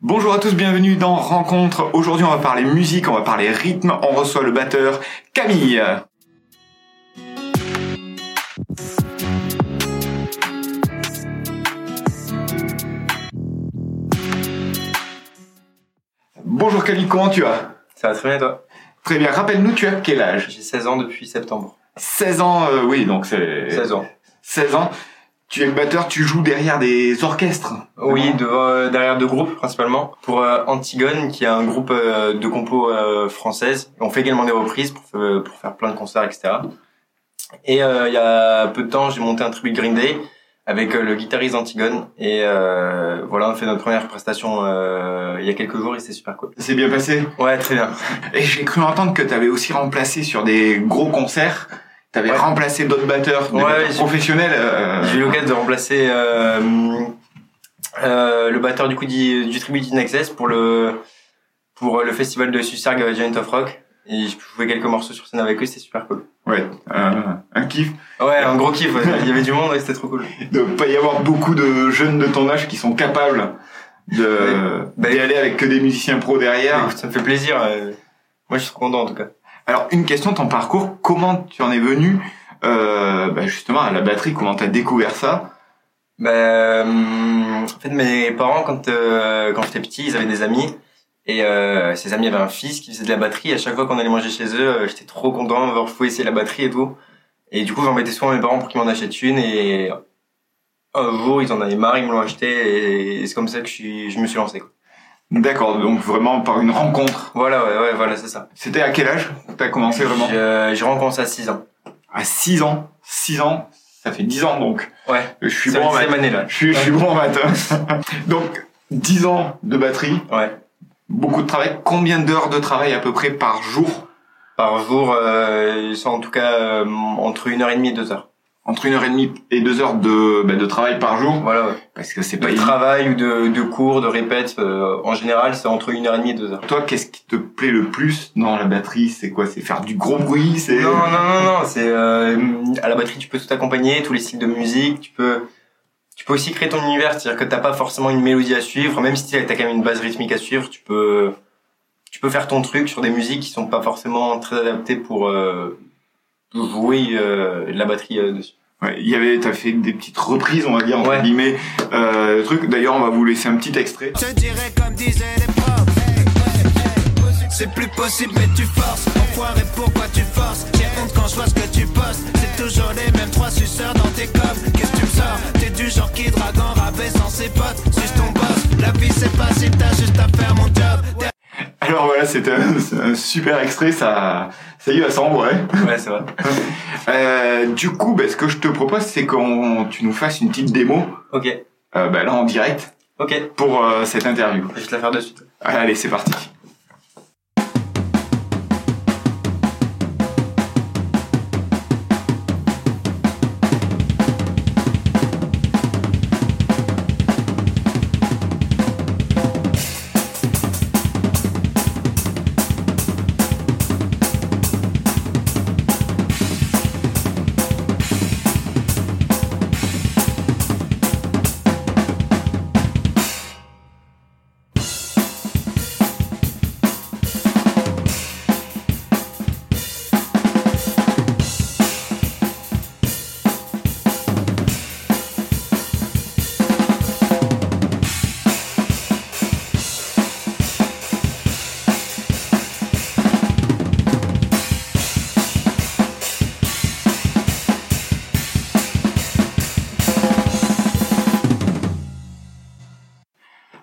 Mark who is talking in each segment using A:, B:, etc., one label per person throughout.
A: Bonjour à tous, bienvenue dans Rencontre. Aujourd'hui, on va parler musique, on va parler rythme. On reçoit le batteur Camille. Bonjour Camille, comment tu vas
B: Ça va très bien, et toi
A: Très bien. Rappelle-nous, tu as quel âge
B: J'ai 16 ans depuis septembre.
A: 16 ans, euh, oui, donc c'est
B: 16 ans.
A: 16 ans. Tu es le batteur, tu joues derrière des orchestres.
B: Oui, devant, euh, derrière deux groupes principalement. Pour euh, Antigone, qui est un groupe euh, de compos euh, française. On fait également des reprises pour, fa- pour faire plein de concerts, etc. Et euh, il y a peu de temps, j'ai monté un tribut Green Day avec euh, le guitariste Antigone. Et euh, voilà, on a fait notre première prestation euh, il y a quelques jours et c'est super cool.
A: C'est bien passé.
B: Ouais, très bien.
A: Et j'ai cru entendre que tu avais aussi remplacé sur des gros concerts, tu avais
B: Ouais.
A: remplacé d'autres batteurs, des
B: Ouais,
A: batteurs
B: j'ai-
A: professionnels. euh,
B: J'ai eu l'occasion de remplacer euh, euh, le batteur du coup du, du Tribute in Excess pour le pour le festival de Sussargues euh, Giant of Rock et je jouais quelques morceaux sur scène avec eux, c'était super cool.
A: Ouais, un- euh, un kiff.
B: Ouais, un gros kiff, ouais. il y avait du monde, ouais, c'était trop cool.
A: De pas y avoir beaucoup de jeunes de ton âge qui sont capables de
B: Bah,
A: d'y aller avec que des musiciens pros derrière.
B: écoute, ça me fait plaisir. euh, Moi, je suis trop content en tout cas.
A: Alors une question, ton parcours, comment tu en es venu euh, bah, justement à la batterie, comment t'as découvert ça
B: Bah, euh, en fait, mes parents, quand, euh, quand j'étais petit, ils avaient des amis. Et euh, ces amis avaient un fils qui faisait de la batterie. Et à chaque fois qu'on allait manger chez eux, euh, j'étais trop content d'avoir fou essayer la batterie et tout. Et du coup, j'embêtais souvent mes parents pour qu'ils m'en achètent une. Et un jour, ils en avaient marre, ils me l'ont acheté. Et c'est comme ça que je, suis, je me suis lancé. quoi.
A: D'accord, donc vraiment par une rencontre.
B: Voilà, ouais, ouais, voilà, c'est ça.
A: C'était à quel âge que t'as commencé vraiment
B: J'ai euh, j'ai rencontré à 6 ans.
A: À 6 ans. 6 ans, ça fait 10 ans donc.
B: Ouais,
A: Je suis
B: c'est la
A: bon en maths.
B: dixième année là.
A: Je suis, je suis bon en maths. hein. Donc, 10 ans de batterie,
B: Ouais.
A: beaucoup de travail. Combien d'heures de travail à peu près par jour
B: Par jour, euh, ça en tout cas euh, entre 1h30 et 2h.
A: Entre une heure et demie et deux heures de, bah, de travail par jour
B: Voilà, ouais.
A: Parce que c'est pas
B: de
A: évident.
B: travail ou de, de cours, de répète, euh, en général, c'est entre 1h30 et 2h.
A: Toi, qu'est-ce qui te plaît le plus dans la batterie C'est quoi C'est faire du gros bruit C'est
B: Non, non, non, non, c'est euh, à la batterie, tu peux tout accompagner, tous les styles de musique, tu peux tu peux aussi créer ton univers, c'est-à-dire que t'as pas forcément une mélodie à suivre, même si t'as t'as quand même une base rythmique à suivre, tu peux tu peux faire ton truc sur des musiques qui sont pas forcément très adaptées pour euh, jouer euh, de la batterie euh, dessus.
A: Ouais, Il y avait, t'as fait des petites reprises, on va dire, entre
B: Ouais.
A: guillemets, euh, le truc. D'ailleurs, on va vous laisser un petit extrait.
C: Je dirais comme disaient les profs Hey, hey, hey. C'est plus possible mais tu forces Enfoiré pourquoi tu forces J'ai honte quand je vois ce que tu postes C'est toujours les mêmes trois suceurs dans tes coffres Qu'est-ce que tu me sors T'es du genre qui drague en rabaissant ses potes Suis ton boss La vie c'est facile t'as juste à faire mon job T'es
A: Alors voilà, c'était un, c'est un super extrait, ça, ça y est, ça envoie. hein.
B: Ouais, c'est vrai.
A: Euh, du coup, bah, ce que je te propose, c'est que tu nous fasses une petite démo,
B: Ok,
A: euh, bah, là en direct,
B: ok,
A: pour euh, cette interview.
B: je vais te la faire de suite.
A: Allez, c'est parti.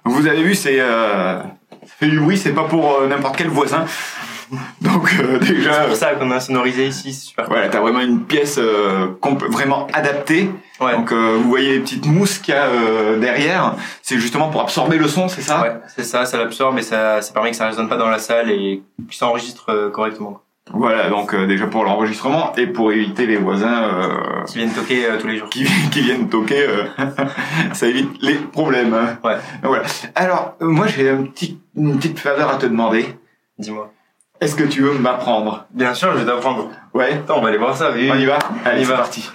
A: Vous avez vu, c'est euh, ça fait du bruit, c'est pas pour euh, n'importe quel voisin. Donc euh,
B: C'est
A: déjà,
B: pour ça qu'on a sonorisé ici, c'est super.
A: euh, voilà, t'as vraiment une pièce euh, comp- vraiment adaptée.
B: Ouais,
A: Donc euh, vous voyez les petites mousses qu'il y a euh, derrière. C'est justement pour absorber le son, c'est ça
B: Ouais, c'est ça, ça l'absorbe et ça, ça permet que ça résonne pas dans la salle et que ça enregistre euh, correctement. quoi.
A: Voilà, donc euh, déjà pour l'enregistrement et pour éviter les voisins euh,
B: Qui viennent toquer euh, tous les jours.
A: qui, qui viennent toquer, euh, ça évite les problèmes. hein.
B: Ouais.
A: Donc Voilà. Alors, euh, moi, j'ai un petit, une petite faveur à te demander.
B: Dis-moi.
A: Est-ce que tu veux m'apprendre
B: Bien sûr, je vais t'apprendre.
A: Ouais.
B: Attends, on va aller voir ça. oui,
A: On y
B: oui.
A: va
B: On y
A: Allez, c'est
B: va.
A: parti.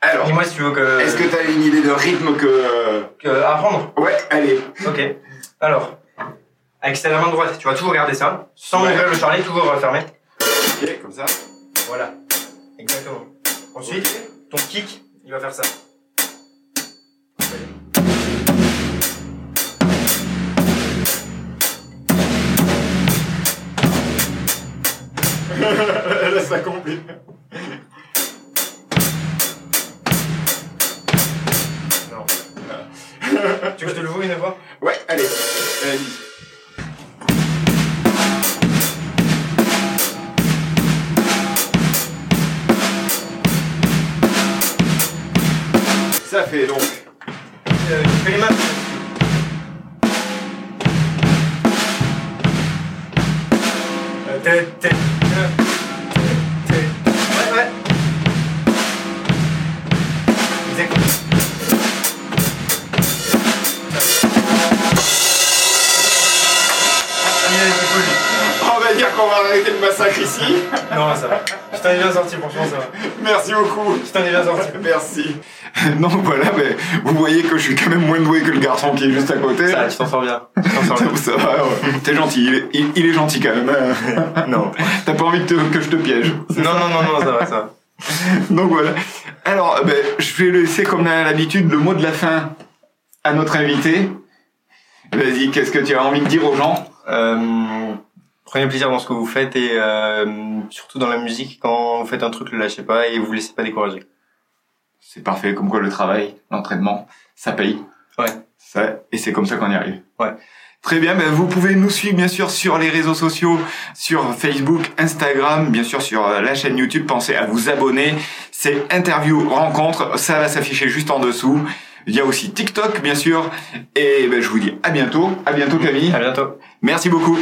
A: Alors,
B: Dis-moi si tu veux que.
A: est-ce que t'as une idée de rythme que. euh,
B: que- apprendre
A: Ouais, allez.
B: Ok. Alors, avec ta main droite, tu vas tout regarder ça, sans
A: Ouais.
B: ouvrir le charlet, tout refermer.
A: Ok, comme ça.
B: Voilà. Exactement. Ensuite, ton kick, il va faire ça.
A: Là, ça complique.
B: Non. tu veux que je te le joue une fois
A: Ouais, allez. Ça fait donc.
B: Euh, Tu fais les mains. Euh, t'es- t'es- t'es- t'es- Ouais, ouais. Exactement. Ah, il a été cool.
A: On va dire qu'on va arrêter le massacre ici.
B: Non, ça va. Je t'en ai bien sorti, franchement, ça va.
A: Merci beaucoup.
B: Je t'en ai bien sorti.
A: Merci. Non, voilà, mais vous voyez que je suis quand même moins doué que le garçon qui est juste à côté.
B: Ça, tu t'en sors bien. Tu t'en sors bien.
A: Ça va, ouais. T'es gentil, il est, il- il est gentil quand même. hein.
B: Non.
A: T'as pas envie que, te- que je te piège.
B: Non, non, non, non, ça va, ça va.
A: Donc voilà. Alors, euh, ben, je vais laisser comme à l'habitude le mot de la fin à notre invité. Vas-y, qu'est-ce que tu as envie de dire aux gens
B: Euh, prenez plaisir dans ce que vous faites et euh, surtout dans la musique, quand vous faites un truc, le lâchez pas et vous laissez pas décourager.
A: C'est parfait, comme quoi le travail, l'entraînement, ça paye.
B: Ouais.
A: Ça, et c'est comme ça qu'on y arrive.
B: Ouais.
A: Très bien, ben, vous pouvez nous suivre bien sûr sur les réseaux sociaux, sur Facebook, Instagram, bien sûr sur euh, la chaîne YouTube. Pensez à vous abonner. C'est interview rencontre, ça va s'afficher juste en dessous. Il y a aussi TikTok, bien sûr. Et ben, je vous dis à bientôt. À bientôt, Camille.
B: À bientôt.
A: Merci beaucoup.